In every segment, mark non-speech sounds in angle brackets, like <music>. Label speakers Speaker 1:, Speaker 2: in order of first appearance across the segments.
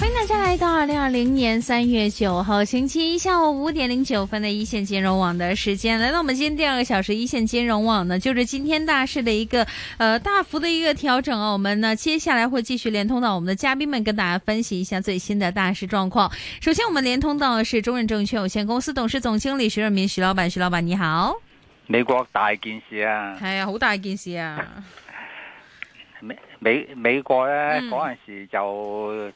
Speaker 1: 欢迎大家来到二零二零年三月九号星期一下午五点零九分的一线金融网的时间，来到我们今天第二个小时一线金融网呢，就是今天大市的一个呃大幅的一个调整啊，我们呢接下来会继续连通到我们的嘉宾们，跟大家分析一下最新的大市状况。首先，我们连通到的是中润证券有限公司董事总经理徐润民徐老板，徐老板你好。
Speaker 2: 美國大件事啊！
Speaker 1: 系啊，好大件事啊！
Speaker 2: 美美美國咧
Speaker 1: 嗯
Speaker 2: 嗰陣時就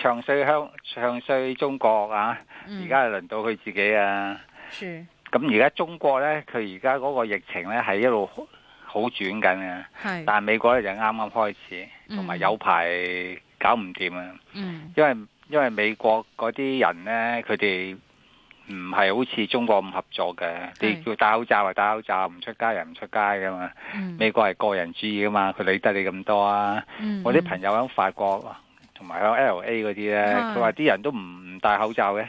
Speaker 2: 唱衰香唱衰中國啊，
Speaker 1: 嗯
Speaker 2: 而家係輪到佢自己啊！
Speaker 1: 是
Speaker 2: 咁而家中國咧，佢而家嗰個疫情咧係一路好好轉緊嘅，
Speaker 1: 系
Speaker 2: 但係美國咧就啱啱開始，同埋有排搞唔掂啊！
Speaker 1: 嗯
Speaker 2: 因為因為美國嗰啲人咧，佢哋唔係好似中國咁合作嘅，你
Speaker 1: 係
Speaker 2: 叫戴口罩就戴口罩，唔出街又唔出街噶嘛。
Speaker 1: 嗯
Speaker 2: 美國係個人主義噶嘛，佢理得你咁多啊！
Speaker 1: 嗯
Speaker 2: 我啲朋友喺法國同埋喺 L A 嗰啲咧，
Speaker 1: 啊
Speaker 2: 佢話啲人都唔唔戴口罩嘅，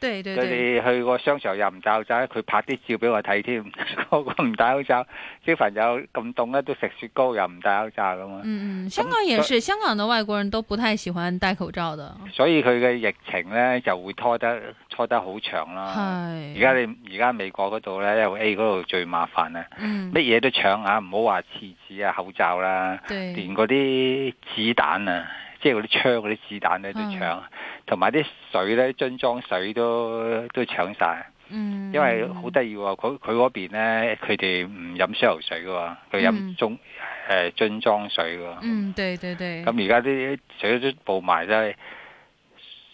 Speaker 1: 对对
Speaker 2: 佢
Speaker 1: 对，
Speaker 2: 哋去個商場又唔戴口罩，佢拍啲照俾我睇添， <laughs> 個個唔戴口罩，啲朋友咁凍咧都食雪糕又唔戴口罩咁啊嘛。
Speaker 1: 嗯嗯，香港也是，香港的外国人都不太喜欢戴口罩的，
Speaker 2: 所以佢嘅疫情咧就會拖得拖得好長啦。
Speaker 1: 係
Speaker 2: 而家啊你而家美國嗰度咧，L A 嗰度最麻煩啦，
Speaker 1: 嗯
Speaker 2: 乜嘢都搶啊，唔好話廁紙啊、口罩啦、
Speaker 1: 對
Speaker 2: 連嗰啲子彈啊，即係嗰啲槍嗰啲子彈咧都
Speaker 1: 嗯
Speaker 2: 搶，同埋啲水咧樽裝水都都搶晒，
Speaker 1: 嗯，
Speaker 2: 因為好得意喎，佢佢嗰邊咧佢哋唔飲水喉水嘅喎，佢
Speaker 1: 嗯
Speaker 2: 飲中誒樽裝水嘅喎，
Speaker 1: 嗯對對對，
Speaker 2: 咁而家啲水都報埋啦，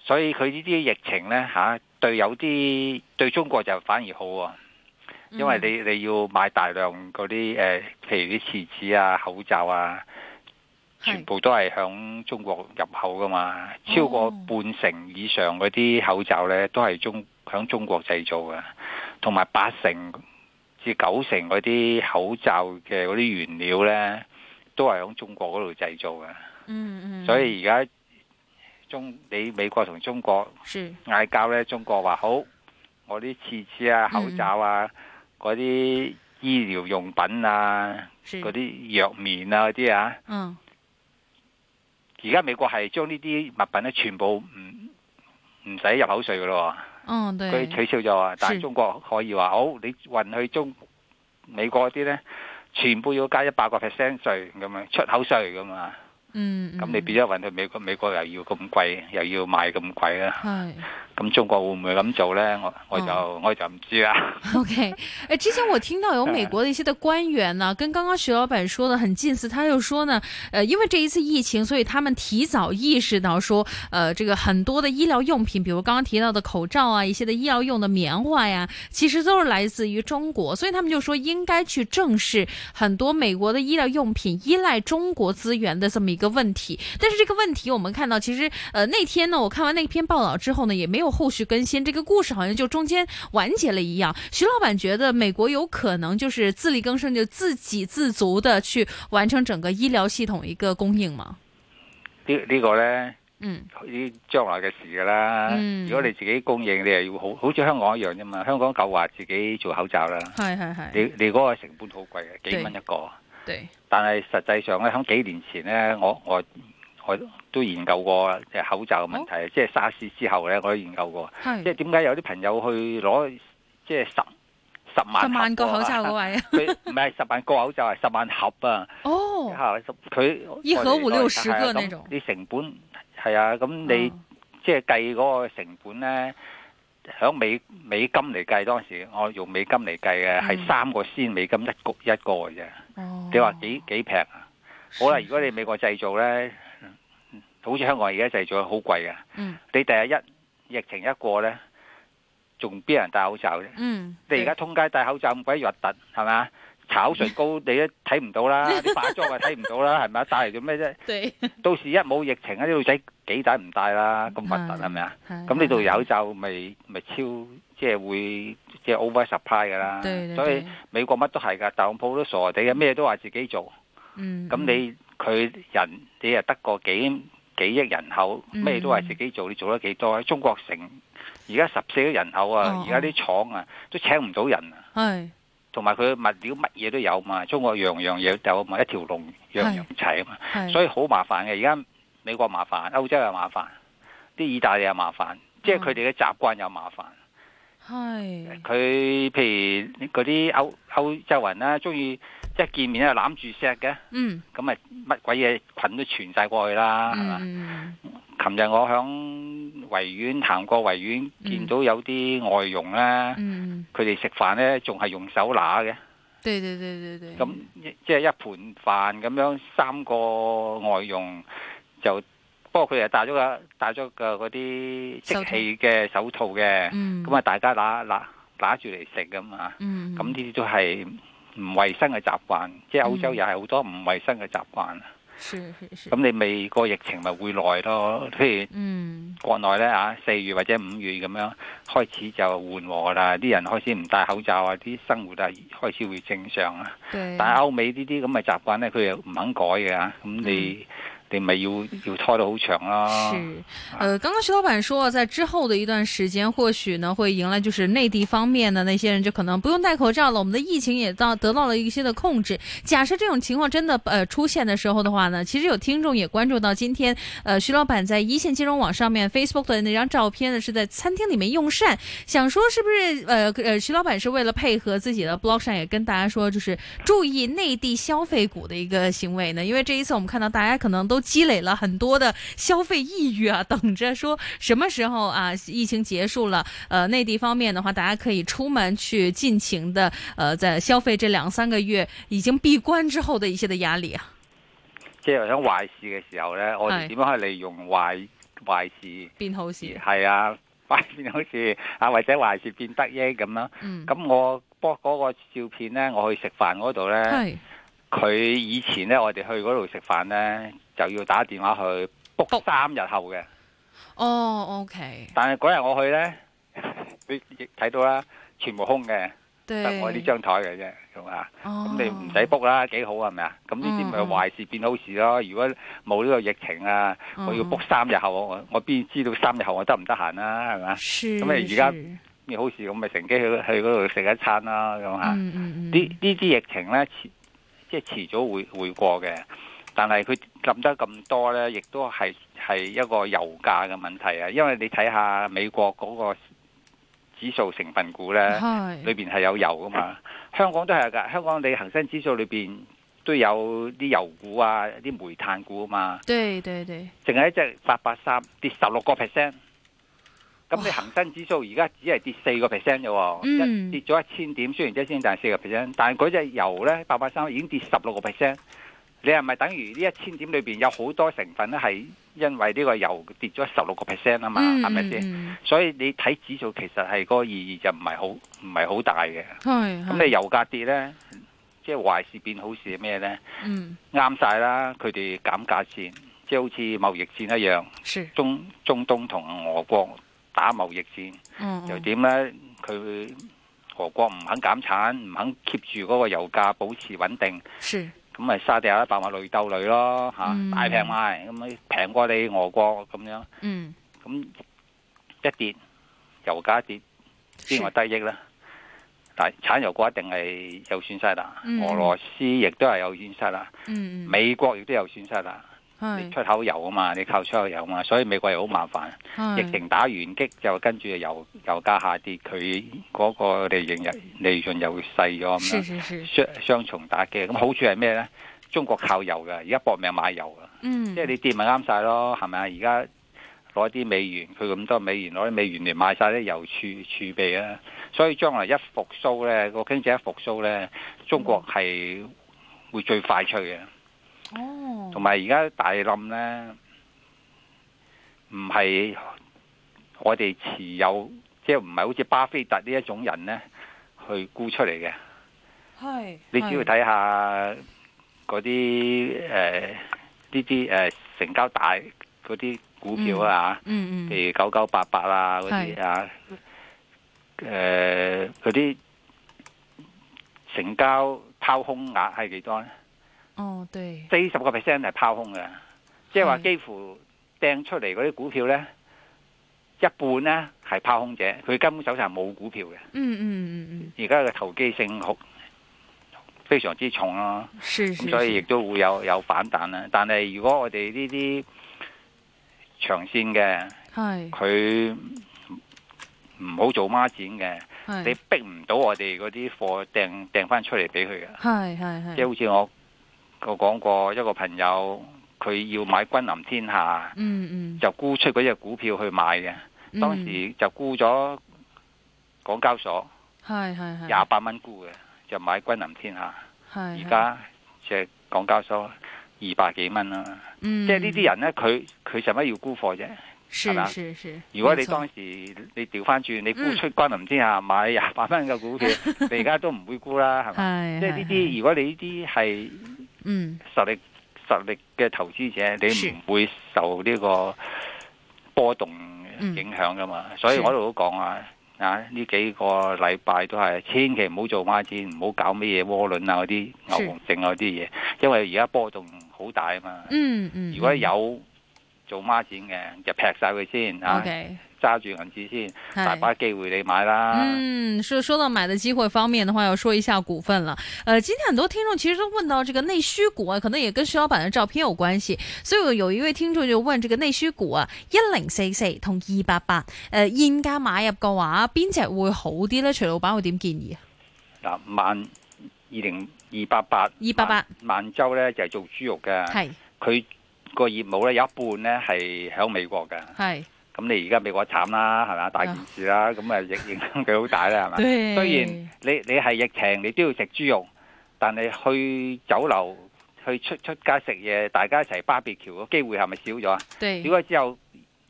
Speaker 2: 所以佢呢啲疫情咧嚇、對有啲對中國就反而好喎、因
Speaker 1: 嗯
Speaker 2: 為你你要買大量嗰啲誒，譬如啲廁紙啊、口罩啊。全部都係響中國入口噶嘛，超過
Speaker 1: 哦
Speaker 2: 半成以上嗰啲口罩呢，都係中響中國製造嘅，同埋八成至九成嗰啲口罩嘅嗰啲原料呢，都係響中國嗰度製造嘅。
Speaker 1: 嗯嗯，
Speaker 2: 所以而家中你美國同中國
Speaker 1: 是
Speaker 2: 嗌交呢，中國話好，我啲廁
Speaker 1: 嗯
Speaker 2: 紙啊、口罩啊、嗰啲醫療用品啊、
Speaker 1: 是
Speaker 2: 嗰啲藥棉啊嗰啲啊。
Speaker 1: 嗯
Speaker 2: 而家美國係將呢啲物品咧全部唔唔使入口税噶咯
Speaker 1: 嗯
Speaker 2: 喎，
Speaker 1: 對
Speaker 2: 佢，取消咗啊！但
Speaker 1: 是
Speaker 2: 係中國可以話好，你運去中美國嗰啲咧，全部要加一百個 percent 税咁樣出口税咁啊！
Speaker 1: 嗯
Speaker 2: 咁你變咗運去美國，美國又要咁貴，又要賣咁貴啦。
Speaker 1: 係。
Speaker 2: 咁中國會唔會咁做咧？我我就、
Speaker 1: 哦
Speaker 2: 我就唔知啦。
Speaker 1: <laughs> OK，哎，之前我听到有
Speaker 2: 哎
Speaker 1: 美国的一些的官员呢，跟刚刚徐老板说的很近似，他又说呢，呃，因为这一次疫情，所以他们提早意识到说，呃，这个很多的医疗用品，比如刚刚提到的口罩啊，一些的医疗用的棉花呀，其实都是来自于中国，所以他们就说应该去正视很多美国的医疗用品依赖中国资源的这么一个问题。但是这个问题我们看到，其实呃那天呢，我看完那篇报道之后呢，也没有后续更新，这个故事好像就中间完结了一样。徐老板觉得美国有可能就是自力更生，就自给自足的去完成整个医疗系统一个供应吗？
Speaker 2: 呢呢個咧。
Speaker 1: 嗯
Speaker 2: 呢將來嘅事噶啦，
Speaker 1: 嗯
Speaker 2: 如果你自己供應，你係要好好似香港一樣啫嘛。香港夠話自己做口罩啦，
Speaker 1: 系系
Speaker 2: 你你嗰個成本好貴嘅，幾
Speaker 1: 對
Speaker 2: 蚊一個。
Speaker 1: 系，嗯对，
Speaker 2: 但係實際上咧，喺幾年前咧，我我我都研究過即係口罩嘅問題，即係沙士之後咧，我都研究過。即係
Speaker 1: 系
Speaker 2: 點解有啲朋友去攞即係十十萬
Speaker 1: 十萬個口罩嗰
Speaker 2: 啊？
Speaker 1: 位啊，
Speaker 2: <laughs> 佢唔係十萬個口罩，係十萬盒啊！
Speaker 1: 哦，
Speaker 2: 嚇佢
Speaker 1: 一盒五六十
Speaker 2: 係啊
Speaker 1: 個
Speaker 2: 咁
Speaker 1: 那種
Speaker 2: 你成本係啊，咁你。即係計嗰個成本咧，響美美金嚟計，當時我用美金嚟計嘅
Speaker 1: 嗯
Speaker 2: 係三個先美金一個一個嘅啫。
Speaker 1: 哦，
Speaker 2: 你話幾幾平啊？好啦，如果你美國製
Speaker 1: <laughs>
Speaker 2: 造咧，好似香港而家製造好貴嘅，
Speaker 1: 嗯
Speaker 2: 你第日一疫情一過咧，仲邊有人戴口罩啫？
Speaker 1: 嗯，
Speaker 2: 你而家通街戴口罩咁鬼核突係咪啊？炒唇膏你都睇唔到啦，啲化妝啊睇唔到啦，係咪啊？戴嚟做咩啫？
Speaker 1: 对，
Speaker 2: 到時一冇疫情啊，啲女仔幾大唔戴啦，咁核
Speaker 1: 係
Speaker 2: 突係咪啊？
Speaker 1: 係
Speaker 2: 咁呢度有口
Speaker 1: 係
Speaker 2: 罩咪咪超即係會即係 over supply 㗎啦，
Speaker 1: 對對
Speaker 2: 所以
Speaker 1: 對
Speaker 2: 美國乜都係㗎，特朗普都
Speaker 1: Ừ.
Speaker 2: 傻傻地嘅，咩都話自己做。
Speaker 1: 嗯，
Speaker 2: 咁你佢人你又得個幾幾億人口，
Speaker 1: 嗯
Speaker 2: 咩都係自己做，你做得幾多？喺中國城而家十四億人口啊
Speaker 1: 哦，
Speaker 2: 而家啲廠啊都請唔到人啊。
Speaker 1: 係
Speaker 2: 同埋佢物料乜嘢都有嘛，中國樣樣嘢都有嘛，一條龍樣樣齊啊嘛，
Speaker 1: 係，
Speaker 2: 所以好麻煩嘅。而家美國麻煩，歐洲又麻煩，啲意大利又麻煩，即係佢哋嘅習慣又麻煩。
Speaker 1: 係
Speaker 2: 佢譬如嗰啲歐歐洲人啦，中意一見面就啊攬住錫嘅，
Speaker 1: 嗯
Speaker 2: 咁咪乜鬼嘢菌都傳晒過去啦，係嘛？
Speaker 1: 嗯
Speaker 2: 琴日我響維園行過維園，
Speaker 1: 嗯
Speaker 2: 見到有啲外傭
Speaker 1: ừ,
Speaker 2: 咧，
Speaker 1: 嗯，
Speaker 2: 佢哋食飯咧仲係用手拿嘅。
Speaker 1: 對對對對對，
Speaker 2: 咁一即係一盤飯咁樣，三個外佣就不過佢哋係戴咗個戴咗個嗰啲即氣嘅手套嘅，
Speaker 1: 嗯
Speaker 2: 咁啊大家拿拿拿住嚟食咁啊，
Speaker 1: 嗯
Speaker 2: 咁呢啲都係唔衞生嘅習慣，即係歐
Speaker 1: 嗯
Speaker 2: 洲又係好多唔衞生嘅習慣。
Speaker 1: 是是是，
Speaker 2: 咁你未個疫情咪會耐咯？譬
Speaker 1: Ừ.
Speaker 2: 如
Speaker 1: 嗯
Speaker 2: 國內呢，啊，四月或者五月咁樣開始就緩和啦，啲人開始唔戴口罩啊，啲生活啊開始會正常啊。
Speaker 1: 對，
Speaker 2: 但係歐美呢啲咁嘅習慣咧，佢又唔肯改嘅嚇，咁
Speaker 1: 嗯
Speaker 2: 你你咪要要拖到好長咯。
Speaker 1: 是，呃，刚刚徐老板说，在之后的一段时间，或许呢会迎来就是内地方面的那些人就可能不用戴口罩了，我们的疫情也到得到了一些的控制。假设这种情况真的呃出现的时候的话呢，其实有听众也关注到今天呃徐老板在一线金融网上面 Facebook 的那张照片呢是在餐厅里面用膳，想说是不是呃呃徐老板是为了配合自己的 blog 上也跟大家说，就是注意内地消费股的一个行为呢？因为这一次我们看到大家可能都积累了很多的消费抑郁啊，等着说什么时候啊疫情结束了，呃内地方面的话，大家可以出门去尽情的呃在消费这两三个月已经闭关之后的一些的压力啊，
Speaker 2: 即係喺壞事嘅時候咧，我
Speaker 1: 係
Speaker 2: 哋點樣可以利用壞壞事
Speaker 1: 變好事，
Speaker 2: 係啊， <laughs> 壞事好似啊，或者壞事變得益咁啦。
Speaker 1: 嗯，
Speaker 2: 咁我播嗰個照片咧，我去食飯嗰度咧，
Speaker 1: 係
Speaker 2: 佢以前咧我哋去嗰度食飯咧，就要打電話去 book 三日後嘅。
Speaker 1: 哦，OK，
Speaker 2: 但係嗰日我去咧， <laughs> 你亦睇到啦，全部空嘅，得
Speaker 1: 對，
Speaker 2: 我呢張台嘅啫，咁啊。
Speaker 1: 哦，
Speaker 2: 咁你唔使 book 啦，幾好係咪啊？咁呢啲咪
Speaker 1: 嗯嗯
Speaker 2: 壞事變好事咯。如果冇呢個疫情啊，
Speaker 1: 嗯，
Speaker 2: 我要 book 三日後，我我邊知道三日後我得唔得閒啦？係咪啊？
Speaker 1: 是，
Speaker 2: 咁你而家
Speaker 1: 是
Speaker 2: 咩好事咁咪乘機去去嗰度食一餐啦咁啊？
Speaker 1: 嗯嗯嗯，
Speaker 2: 呢呢啲疫情咧，遲即係遲早會會過嘅。但係佢冧得咁多咧，亦都係係一個油價嘅問題啊。因為你睇下美國嗰個指數成分股咧。
Speaker 1: 係
Speaker 2: 裏邊係有油噶嘛。香港都係㗎，香港你恒生指數裏邊都有啲油股啊，啲煤炭股啊嘛，
Speaker 1: 對對對，
Speaker 2: 淨係一隻八八三跌十六個 percent。咁你恒生指數而家只係跌四個 percent 啫喎，
Speaker 1: 嗯
Speaker 2: 一跌咗一千點，雖然一千但係四個 percent，但係嗰只油咧八八三已經跌十六個 percent。你係咪等於呢一千點裏邊有好多成分咧係因為呢個油跌咗十六個 percent 啊嘛，
Speaker 1: 嗯
Speaker 2: 係咪
Speaker 1: 嗯
Speaker 2: 先？
Speaker 1: 嗯
Speaker 2: 所以你睇指數其實係嗰個意義就唔係好唔係好大嘅。
Speaker 1: 係
Speaker 2: 咁
Speaker 1: 係
Speaker 2: 你油價跌呢，即係壞事變好事係咩呢？
Speaker 1: 嗯
Speaker 2: 啱晒啦，佢哋減價戰，即係好似貿易戰一樣，
Speaker 1: 是
Speaker 2: 中中東同俄國打貿易戰
Speaker 1: 嗯
Speaker 2: 又
Speaker 1: 嗯
Speaker 2: 點呢？佢俄國唔肯減產，唔肯 keep 住嗰個油價保持穩定，
Speaker 1: 是
Speaker 2: 咁咪沙地阿拉伯咪累鬥累咯嚇，
Speaker 1: 嗯
Speaker 2: 大平賣，咁咪平過你俄國咁樣，
Speaker 1: 嗯
Speaker 2: 咁一跌油價一跌。邊個得益呢？但產油國一定係有損失啦，
Speaker 1: 嗯
Speaker 2: 俄羅斯亦都係有損失啦，
Speaker 1: 嗯嗯
Speaker 2: 美國亦都有損失啦。你
Speaker 1: 係
Speaker 2: 出口油啊嘛，你靠出口油啊嘛，所以美國又好麻煩。
Speaker 1: 係
Speaker 2: 疫情打完擊就跟住油油價下跌，佢嗰個利潤又利潤又細咗
Speaker 1: 是
Speaker 2: 咁
Speaker 1: 是是
Speaker 2: 樣，雙雙重打擊。咁好處係咩呢？中國靠油㗎，而家搏命買油㗎。
Speaker 1: 嗯
Speaker 2: 即係你跌咪啱晒咯，係咪啊？而家攞啲美元，佢咁多美元攞啲美元嚟買晒啲油儲儲備啊！所以將來一復甦咧，個經濟一復甦咧，中國係會最快脆嘅。
Speaker 1: 哦
Speaker 2: 同埋而家大冧咧，唔係我哋持有，即係唔係好似巴菲特呢一種人咧去估出嚟嘅。
Speaker 1: 係
Speaker 2: 你只要
Speaker 1: 係
Speaker 2: 睇下嗰啲誒呢啲誒成交大嗰啲股票啊，
Speaker 1: 嗯嗯
Speaker 2: 譬如九九八八啊嗰啲啊，誒嗰啲成交拋空額係幾多咧？
Speaker 1: 哦對
Speaker 2: 四十個 percent 係拋空嘅，即係話
Speaker 1: 係
Speaker 2: 幾乎掟出嚟嗰啲股票呢，一半呢係拋空者，佢根本手上冇股票嘅。
Speaker 1: 嗯嗯嗯
Speaker 2: 而家嘅投機性好非常之重咯、
Speaker 1: 嗯，是是
Speaker 2: 咁所以亦
Speaker 1: 是，
Speaker 2: 都會有有反彈啦。但係如果我哋呢啲長線嘅，
Speaker 1: 係
Speaker 2: 佢唔唔好做孖展嘅，你
Speaker 1: 係
Speaker 2: 逼唔到我哋嗰啲貨掟掟翻出嚟俾佢嘅。
Speaker 1: 係係
Speaker 2: 即係
Speaker 1: 係，
Speaker 2: 好似我我講過一個朋友，佢要買君臨天下，
Speaker 1: 嗯
Speaker 2: 就沽出嗰只股票去買嘅。
Speaker 1: 嗯，
Speaker 2: 當時就沽咗港交所
Speaker 1: 係係係
Speaker 2: 廿八蚊沽嘅，就買君臨天下。
Speaker 1: 係
Speaker 2: 而家只港交所二百幾蚊啦。
Speaker 1: 即
Speaker 2: 即係呢
Speaker 1: 嗯
Speaker 2: 啲人呢，佢佢使乜要沽貨啫？係
Speaker 1: 是
Speaker 2: 嘛
Speaker 1: 是是，
Speaker 2: 如果
Speaker 1: 沒
Speaker 2: 你
Speaker 1: 錯
Speaker 2: 當時你調翻轉，你沽
Speaker 1: 嗯
Speaker 2: 出關林之下啊買廿八蚊
Speaker 1: <laughs>
Speaker 2: 嘅股票，你而家都唔會沽啦，係嘛？
Speaker 1: 係
Speaker 2: 即係呢，
Speaker 1: 係
Speaker 2: 啲，如果你呢啲係
Speaker 1: 嗯
Speaker 2: 實力實力嘅投資者，
Speaker 1: 是
Speaker 2: 你唔會受呢個波動
Speaker 1: 嗯
Speaker 2: 影響噶嘛。所以
Speaker 1: 是
Speaker 2: 我一路都講啊。啊！呢幾個禮拜都係，千祈唔好做孖展，唔好搞乜嘢窩輪啊嗰啲牛
Speaker 1: 是
Speaker 2: 熊證啊嗰啲嘢，因為而家波動好大啊嘛。
Speaker 1: 嗯嗯，
Speaker 2: 如果有做孖展嘅，就劈晒佢先
Speaker 1: 嗯
Speaker 2: 啊，
Speaker 1: ，OK，
Speaker 2: 揸住銀紙先，大
Speaker 1: 係
Speaker 2: 把機會你買啦。
Speaker 1: 嗯，说说到买的机会方面的话，要说一下股份了。呃，今天很多听众其实都问到这个内需股啊，可能也跟徐老板的照片有关系。所以有一位听众就问这个内需股啊，一零四四同二八八，呃诶，現價買入嘅話，邊只會好啲呢？徐老闆會點建議啊？
Speaker 2: 嗱，萬二零二八八，
Speaker 1: 288
Speaker 2: 萬萬洲咧就係做豬肉嘅，
Speaker 1: 係
Speaker 2: 佢個業務咧有一半咧係喺美國嘅。
Speaker 1: 係，
Speaker 2: 咁你而家美國慘啦，係咪大件事啦，咁啊
Speaker 1: <laughs>
Speaker 2: 影影響佢好大啦，係咪？
Speaker 1: 啊對，
Speaker 2: 啊雖然你你係疫情，你都要食豬肉，但係去酒樓、去出出街食嘢，大家一齊 barbecue 嘅機會係咪少咗啊？
Speaker 1: 對
Speaker 2: 少，咗之後，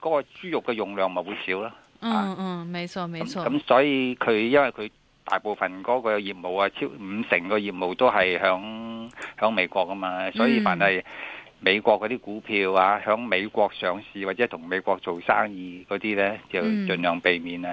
Speaker 2: 嗰、個豬肉嘅用量咪會少咯。
Speaker 1: 嗯嗯，沒錯沒
Speaker 2: 啊咁
Speaker 1: 錯，
Speaker 2: 咁所以佢因為佢大部分嗰個業務啊，超五成個業務都係響響美國噶嘛，所以
Speaker 1: 嗯
Speaker 2: 凡係美國嗰啲股票啊，響美國上市或者同美國做生意嗰啲呢，就
Speaker 1: 嗯
Speaker 2: 盡量避免啊。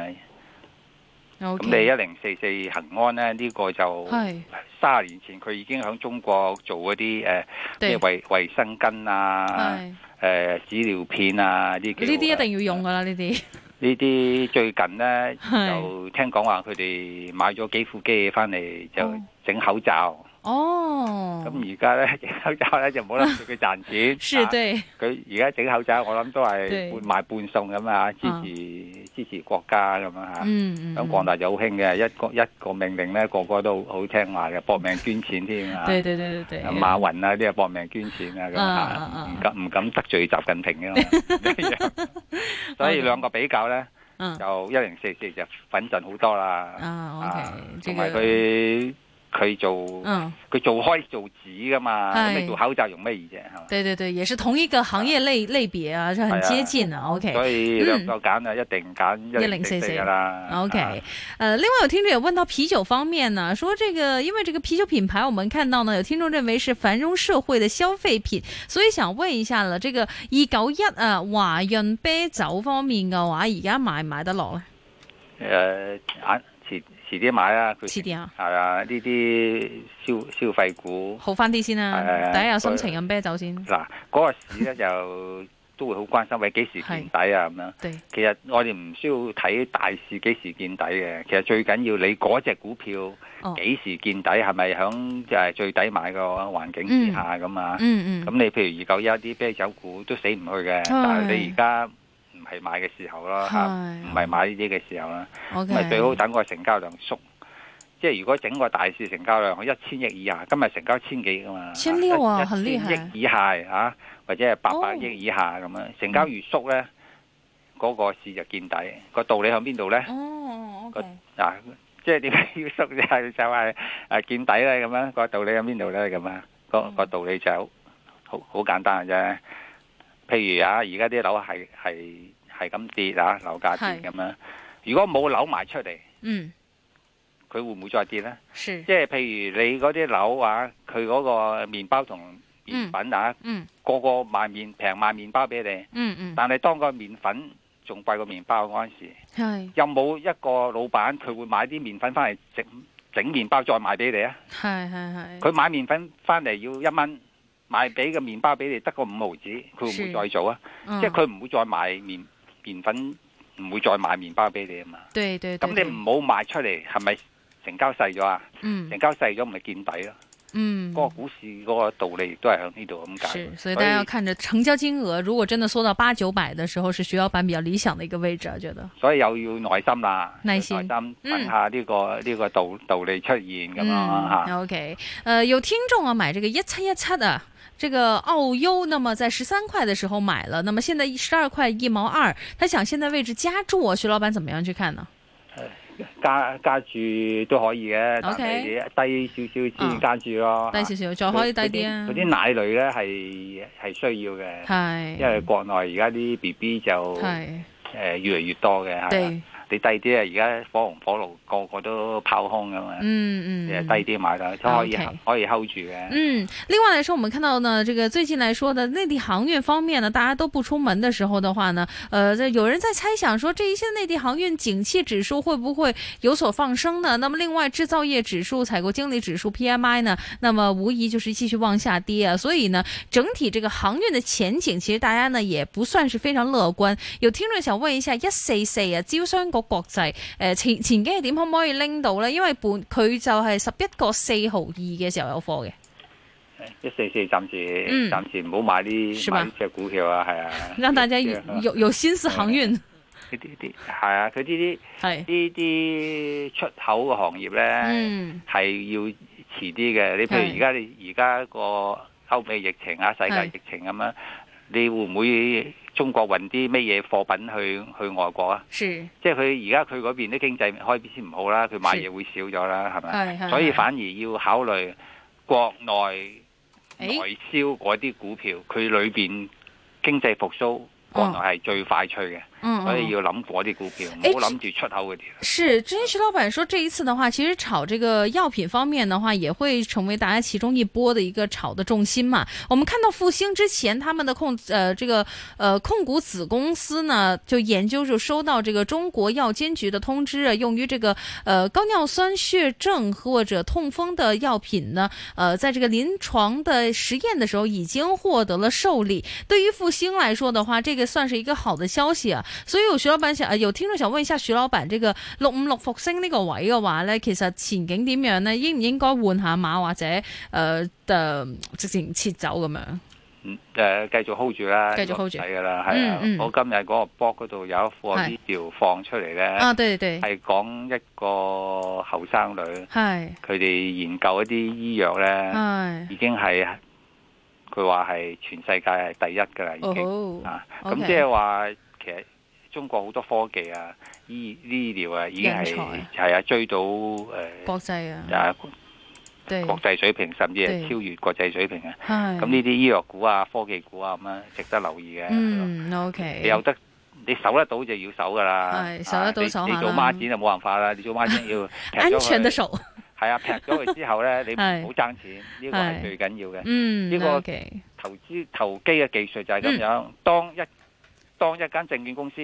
Speaker 1: O
Speaker 2: 咁你
Speaker 1: K，
Speaker 2: 一零四四恒安呢，呢、個就
Speaker 1: 係
Speaker 2: 三十年前佢已經響中國做嗰啲誒
Speaker 1: 對
Speaker 2: 咩衛衛生巾啊、
Speaker 1: 係呢
Speaker 2: 誒、紙尿片啊呢幾啊個
Speaker 1: 啲一
Speaker 2: 嘅
Speaker 1: 定要用噶啦，呢啲
Speaker 2: 呢啲最近呢，
Speaker 1: 係
Speaker 2: 就聽講話佢哋買咗幾副機翻嚟就
Speaker 1: 哦
Speaker 2: 整口罩，
Speaker 1: 哦，
Speaker 2: 咁而家呢， <laughs> 整口罩呢就冇諗住佢賺錢，
Speaker 1: <laughs> 是
Speaker 2: 啊
Speaker 1: 對，
Speaker 2: 佢而家整口罩我諗都
Speaker 1: 對
Speaker 2: 係半賣半送咁啊，支持支持國家咁啊嚇。
Speaker 1: 嗯嗯，
Speaker 2: 咁
Speaker 1: 嗯
Speaker 2: 廣大就好興嘅，一個一個命令呢，個個都好聽話嘅，搏命捐錢添啊！
Speaker 1: <laughs> 對對對對對，
Speaker 2: 馬雲啊，啲啊搏命捐錢啊，咁
Speaker 1: 啊啊
Speaker 2: 啊
Speaker 1: 啊
Speaker 2: 唔敢唔敢得罪習近平嘅嘛，一樣
Speaker 1: <laughs>
Speaker 2: <laughs> 所以兩個比較呢。
Speaker 1: 嗯
Speaker 2: 就一零四四就穩陣好多啦。
Speaker 1: 啊，OK，
Speaker 2: 同
Speaker 1: 这
Speaker 2: 埋
Speaker 1: 个，
Speaker 2: 佢佢做
Speaker 1: 嗯，
Speaker 2: 佢做開做紙噶嘛，
Speaker 1: 係
Speaker 2: 咁你做口罩用咩嘢啫？係嘛？
Speaker 1: 对对对，也是同一个行业类类别啊，是很接近的。OK。嗯
Speaker 2: 所以兩個揀啊，一定揀一零四四
Speaker 1: 1044
Speaker 2: 噶啦。啊
Speaker 1: OK，呃，另外有听众也问到啤酒方面呢，说这个因为这个啤酒品牌，我们看到呢，有听众认为是繁荣社会的消费品，所以想问一下啦，这个二九一啊，華潤啤酒方面嘅話，而家買唔買得落呢？
Speaker 2: 誒，晏遲遲啲買啦，佢
Speaker 1: 遲啲啊
Speaker 2: 係啊，呢啲消消費股
Speaker 1: 好翻啲先啦，
Speaker 2: 係
Speaker 1: 第一有心情飲啤酒先，
Speaker 2: 嗱，嗰個市咧就都會好關心，喂幾時見底啊咁樣。
Speaker 1: 對，
Speaker 2: 其實我哋唔需要睇大市幾時見底嘅，其實最緊要你嗰只股票
Speaker 1: 哦
Speaker 2: 幾時見底，係咪響就係最底買個環境之下咁啊？
Speaker 1: 嗯
Speaker 2: 咁
Speaker 1: 嗯，
Speaker 2: 你譬如二九一啲啤酒股都死唔去嘅，但係你而家唔係買嘅時候啦，嚇
Speaker 1: 嗯係
Speaker 2: 唔係買呢啲嘅時候啦，咁咪
Speaker 1: OK，
Speaker 2: 最好等個成交量縮。即係如果整個大市成交量一千億以下，今日成交千幾噶嘛，
Speaker 1: 千六啊
Speaker 2: 一
Speaker 1: 很厲害
Speaker 2: 一千億以下嚇、啊或者係八
Speaker 1: 哦
Speaker 2: 百億以下咁樣，成交越縮咧，嗰、個市就見底。個道理喺邊度咧？
Speaker 1: 哦，OK，
Speaker 2: 嗱、即係點解要縮就係就係誒見底咧咁樣？個道理喺邊度咧咁啊？個
Speaker 1: 嗯
Speaker 2: 個道理就好好好簡單嘅啫。譬如啊，而家啲樓係係係咁跌啊，樓價跌咁樣。如果冇樓賣出嚟，
Speaker 1: 嗯，
Speaker 2: 佢會唔會再跌咧？
Speaker 1: 是，
Speaker 2: 即係譬如你嗰啲樓啊，佢嗰個麵包同麵粉啊，
Speaker 1: 嗯
Speaker 2: 個個賣麵平賣麵包俾你，
Speaker 1: 嗯嗯，
Speaker 2: 但係當個麵粉仲貴過麵包嗰陣時。
Speaker 1: 係
Speaker 2: 有冇一個老闆佢會買啲麵粉翻嚟整整麵包再賣俾你啊？
Speaker 1: 係係係。
Speaker 2: 佢買麵粉翻嚟要一蚊，賣俾嘅麵包俾你得個五毫子，佢會唔會再做啊？
Speaker 1: 嗯
Speaker 2: 即係佢唔會再賣麵麵粉，唔會再賣麵包俾你啊嘛。
Speaker 1: 对对
Speaker 2: 咁
Speaker 1: 对，
Speaker 2: 你唔好賣出嚟，係咪成交細咗啊？
Speaker 1: 嗯
Speaker 2: 成交細咗，咪見底咯。
Speaker 1: 嗯
Speaker 2: 嗰、個股市嗰個道理亦都係喺呢度咁解。
Speaker 1: 是，所以大家要看着成交金额，如果真的缩到八九百的时候，是徐老板比较理想的一个位置啊，觉得。
Speaker 2: 所以又要耐心啦，
Speaker 1: 耐心
Speaker 2: 要耐心
Speaker 1: 嗯
Speaker 2: 等下呢、個呢、個道道理出現咁樣啊嚇。
Speaker 1: 嗯、OK，呃，有听众啊买这个一七一七的这个澳优，那么在十三块的时候买了，那么现在十二块一毛二，他想现在位置加注啊，徐老板怎么样去看呢？
Speaker 2: 加加住都可以嘅，但
Speaker 1: OK
Speaker 2: 係低少少
Speaker 1: 嗯
Speaker 2: 先加住咯。
Speaker 1: 低
Speaker 2: 嚇
Speaker 1: 少少，再可以低啲啊
Speaker 2: 嗰啲嗰，啲奶類咧係係需要嘅，因為
Speaker 1: 系
Speaker 2: 國內而家啲 B B 就誒
Speaker 1: 系
Speaker 2: 越嚟越多嘅，係嘛
Speaker 1: 对，
Speaker 2: 你低啲啊！而家火紅火爐個個都拋空咁嘛，啊
Speaker 1: 嗯
Speaker 2: 你
Speaker 1: 嗯。
Speaker 2: 係低啲買啦，都可以
Speaker 1: OK
Speaker 2: 可以 hold 住嘅。
Speaker 1: 嗯，另外来说，我们看到呢，这个最近来说的内地航运方面呢，大家都不出门的时候的话呢，呃，这有人在猜想说，这一些内地航运景气指数会不会有所放生呢？那么，另外制造业指数、采购经理指数 PMI 呢，那么无疑就是继续往下跌啊。所以呢，整体这个航运的前景，其实大家呢也不算是非常乐观。有听众想问一下，一四四啊，招商局國際誒、呃前前幾日點可唔可以拎到呢？因為本佢就係十一個四毫二嘅時候有貨嘅。
Speaker 2: 一四四暫時、
Speaker 1: 嗯
Speaker 2: 暫時唔好買
Speaker 1: 是
Speaker 2: 啲
Speaker 1: 吧。
Speaker 2: 買呢只股票啊，係啊
Speaker 1: <laughs> 讓大家有
Speaker 2: 呢
Speaker 1: 有有心思航运，
Speaker 2: 啲啲係啊，佢呢啲
Speaker 1: 係，
Speaker 2: 呢啲出口嘅行業咧。
Speaker 1: 嗯，
Speaker 2: 係要遲啲嘅。你譬
Speaker 1: 係
Speaker 2: 如而家你而家個歐美疫情啊、世界
Speaker 1: 係
Speaker 2: 疫情咁樣，你會唔會中國運啲咩嘢貨品去去外國啊？
Speaker 1: 是，
Speaker 2: 即係佢而家佢嗰邊啲經濟開始唔好啦，佢買
Speaker 1: 是
Speaker 2: 嘢會少咗啦，係咪？
Speaker 1: 係係，
Speaker 2: 所以
Speaker 1: 係
Speaker 2: 反而要考慮國內內
Speaker 1: 誒
Speaker 2: 銷嗰啲股票，佢裏邊經濟復甦。國內係最快脆嘅，
Speaker 1: 嗯，
Speaker 2: 所以
Speaker 1: 嗯
Speaker 2: 要諗嗰啲股票，唔
Speaker 1: 誒
Speaker 2: 好諗住出口嗰啲。
Speaker 1: 是之前徐老板說這一次的話，其實炒這个药品方面的話，也会成为大家其中一波的一个炒的重心嘛。我们看到复兴之前他们的控呃这个呃控股子公司呢，就研究就收到这个中国药监局的通知啊，用于这个呃高尿酸血症或者痛风的药品呢，呃，在这个临床的实验的时候已经获得了受理。对于复兴来说的话，这个算是一个好的消息啊。所以有徐老板想，呃有听众想问一下徐老板，这个六五六復星呢個位嘅話呢，其實前景點樣呢？應唔應該換下馬或者誒誒、呃呃直情撤走咁樣？
Speaker 2: 嗯誒，繼續 hold 住啦，
Speaker 1: 繼續 hold 住
Speaker 2: 睇噶啦，係啊
Speaker 1: 嗯嗯！
Speaker 2: 我今日嗰個 blog 嗰度有一課
Speaker 1: 係
Speaker 2: video 放出嚟咧，
Speaker 1: 啊，對對對，
Speaker 2: 係講一個後生女，
Speaker 1: 係
Speaker 2: 佢哋研究一啲醫藥咧，
Speaker 1: 係
Speaker 2: 已經係佢話係全世界係第一噶啦，已經
Speaker 1: 哦好，
Speaker 2: 啊！咁
Speaker 1: OK
Speaker 2: 即係話其實中國好多科技啊、醫醫療啊，已經係
Speaker 1: 人
Speaker 2: 係啊追到誒
Speaker 1: 國際啊，
Speaker 2: 啊
Speaker 1: 對，
Speaker 2: 國際水平，甚至
Speaker 1: 對
Speaker 2: 係超越國際水平啊！
Speaker 1: 係
Speaker 2: 咁呢啲醫藥股啊、科技股啊咁樣，值得留意嘅。
Speaker 1: 嗯
Speaker 2: 你
Speaker 1: OK
Speaker 2: 有。得你守得到就要守噶啦，
Speaker 1: 係守得到
Speaker 2: 啊你
Speaker 1: 守下啦
Speaker 2: 你做孖展就冇辦法啦，你做孖展要
Speaker 1: <laughs> 安
Speaker 2: 劈
Speaker 1: 全
Speaker 2: 咗
Speaker 1: 的
Speaker 2: 佢，
Speaker 1: 手，
Speaker 2: 係啊，劈咗佢之後咧，你
Speaker 1: 係
Speaker 2: 唔好爭錢，呢個
Speaker 1: 係
Speaker 2: 係最緊要嘅。
Speaker 1: 嗯
Speaker 2: 呢個
Speaker 1: ，OK，
Speaker 2: 投資投機嘅技術就係
Speaker 1: 嗯
Speaker 2: 咁樣，當一當一間證券公司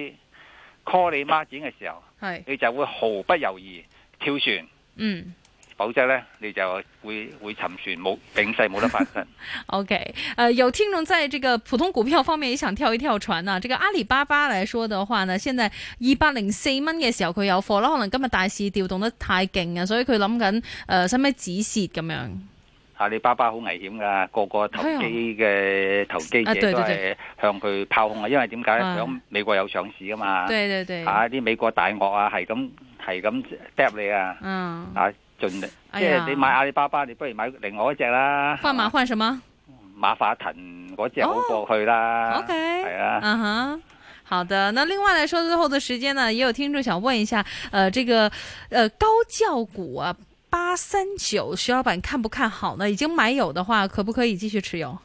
Speaker 2: call 你孖展嘅時候，
Speaker 1: 係，
Speaker 2: 你就會毫不猶豫跳船，
Speaker 1: 嗯
Speaker 2: 否則咧你就會會沉船，冇永世冇得翻
Speaker 1: <laughs>
Speaker 2: 身。
Speaker 1: ，OK，呃，有聽眾在這個普通股票方面也想跳一跳船啊。這個阿里巴巴來說的話呢，現在二百零四蚊嘅時候佢有貨啦，可能今日大市調動得太勁啊，所以佢諗緊誒使唔使止蝕咁樣？
Speaker 2: 阿里巴巴好危險㗎，個個投機嘅投機
Speaker 1: 啊對對
Speaker 2: 者都係向佢拋空啊，因為點解
Speaker 1: 啊
Speaker 2: 響美國有上市㗎嘛，
Speaker 1: 對對對，
Speaker 2: 啊啲美國大鱷啊係咁係咁 d 你啊，
Speaker 1: 嗯，
Speaker 2: 啊盡力，
Speaker 1: 哎
Speaker 2: 即
Speaker 1: 呀
Speaker 2: 係你買阿里巴巴，你不如買另外一隻啦，
Speaker 1: 換馬換什麼
Speaker 2: 馬化騰嗰隻好過去啦，
Speaker 1: 哦？OK，
Speaker 2: 係啊。
Speaker 1: 嗯哼。好的，那另外来说，最后的時間呢，也有聽眾想問一下，呃，這個，呃，高教股啊，八三九，徐老闆看不看好呢？已經買有的話，可不可以繼續持有？
Speaker 2: 啊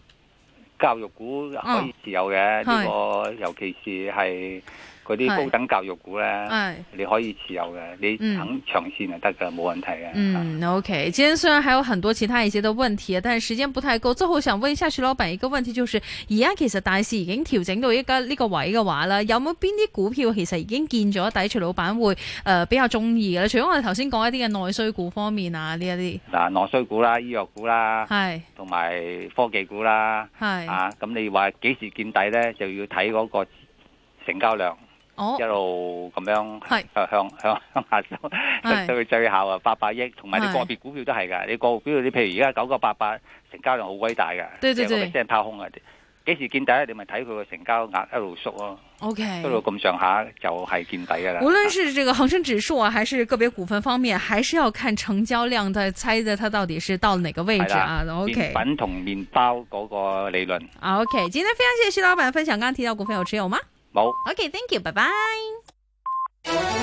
Speaker 2: 教育股可以持有嘅，
Speaker 1: 嗯
Speaker 2: 呢、個尤其是係嗰啲
Speaker 1: 係
Speaker 2: 高等教育股咧，
Speaker 1: 哎，
Speaker 2: 你可以持有嘅，你
Speaker 1: 嗯
Speaker 2: 肯長線就得噶，冇問題嘅。啊
Speaker 1: 嗯，OK。今天虽然还有很多其他一些的问题，但是时间不太够。最后想问一下徐老闆一個問題，就是而家其實大市已經調整到依家呢個位嘅話啦，有冇邊啲股票其實已經見咗底？徐老闆會誒、呃比較中意嘅咧？除咗我哋頭先講一啲嘅內需股方面啊，呢一啲
Speaker 2: 嗱，內需股啦、醫藥股啦，
Speaker 1: 係
Speaker 2: 同埋科技股啦，
Speaker 1: 係
Speaker 2: 啊，咁你話幾時見底咧，就要睇嗰個成交量
Speaker 1: 哦
Speaker 2: 一路咁樣
Speaker 1: 係
Speaker 2: <laughs> 向向向向下收， <laughs>
Speaker 1: 係
Speaker 2: 到最後啊八百億，同埋
Speaker 1: 係
Speaker 2: 你個別股票都係㗎，你個別股票你譬如而家九個八八成交量好鬼大㗎，
Speaker 1: 對對對
Speaker 2: 即係拋空啊！幾時見底咧？你咪睇佢個成交額一路縮咯，
Speaker 1: ，OK
Speaker 2: 一。路咁上下就係見底㗎啦。
Speaker 1: 無論是這個恒生指數啊，還是個別股份方面，還是要看成交量，再猜的它到底是到哪個位置啊
Speaker 2: 係啦
Speaker 1: ？OK 啊
Speaker 2: 麵粉同麵包嗰個理論
Speaker 1: OK，今天非常謝謝徐老闆分享，剛剛提到股份有持有嗎
Speaker 2: 冇。
Speaker 1: ？OK，Thank、you，拜拜。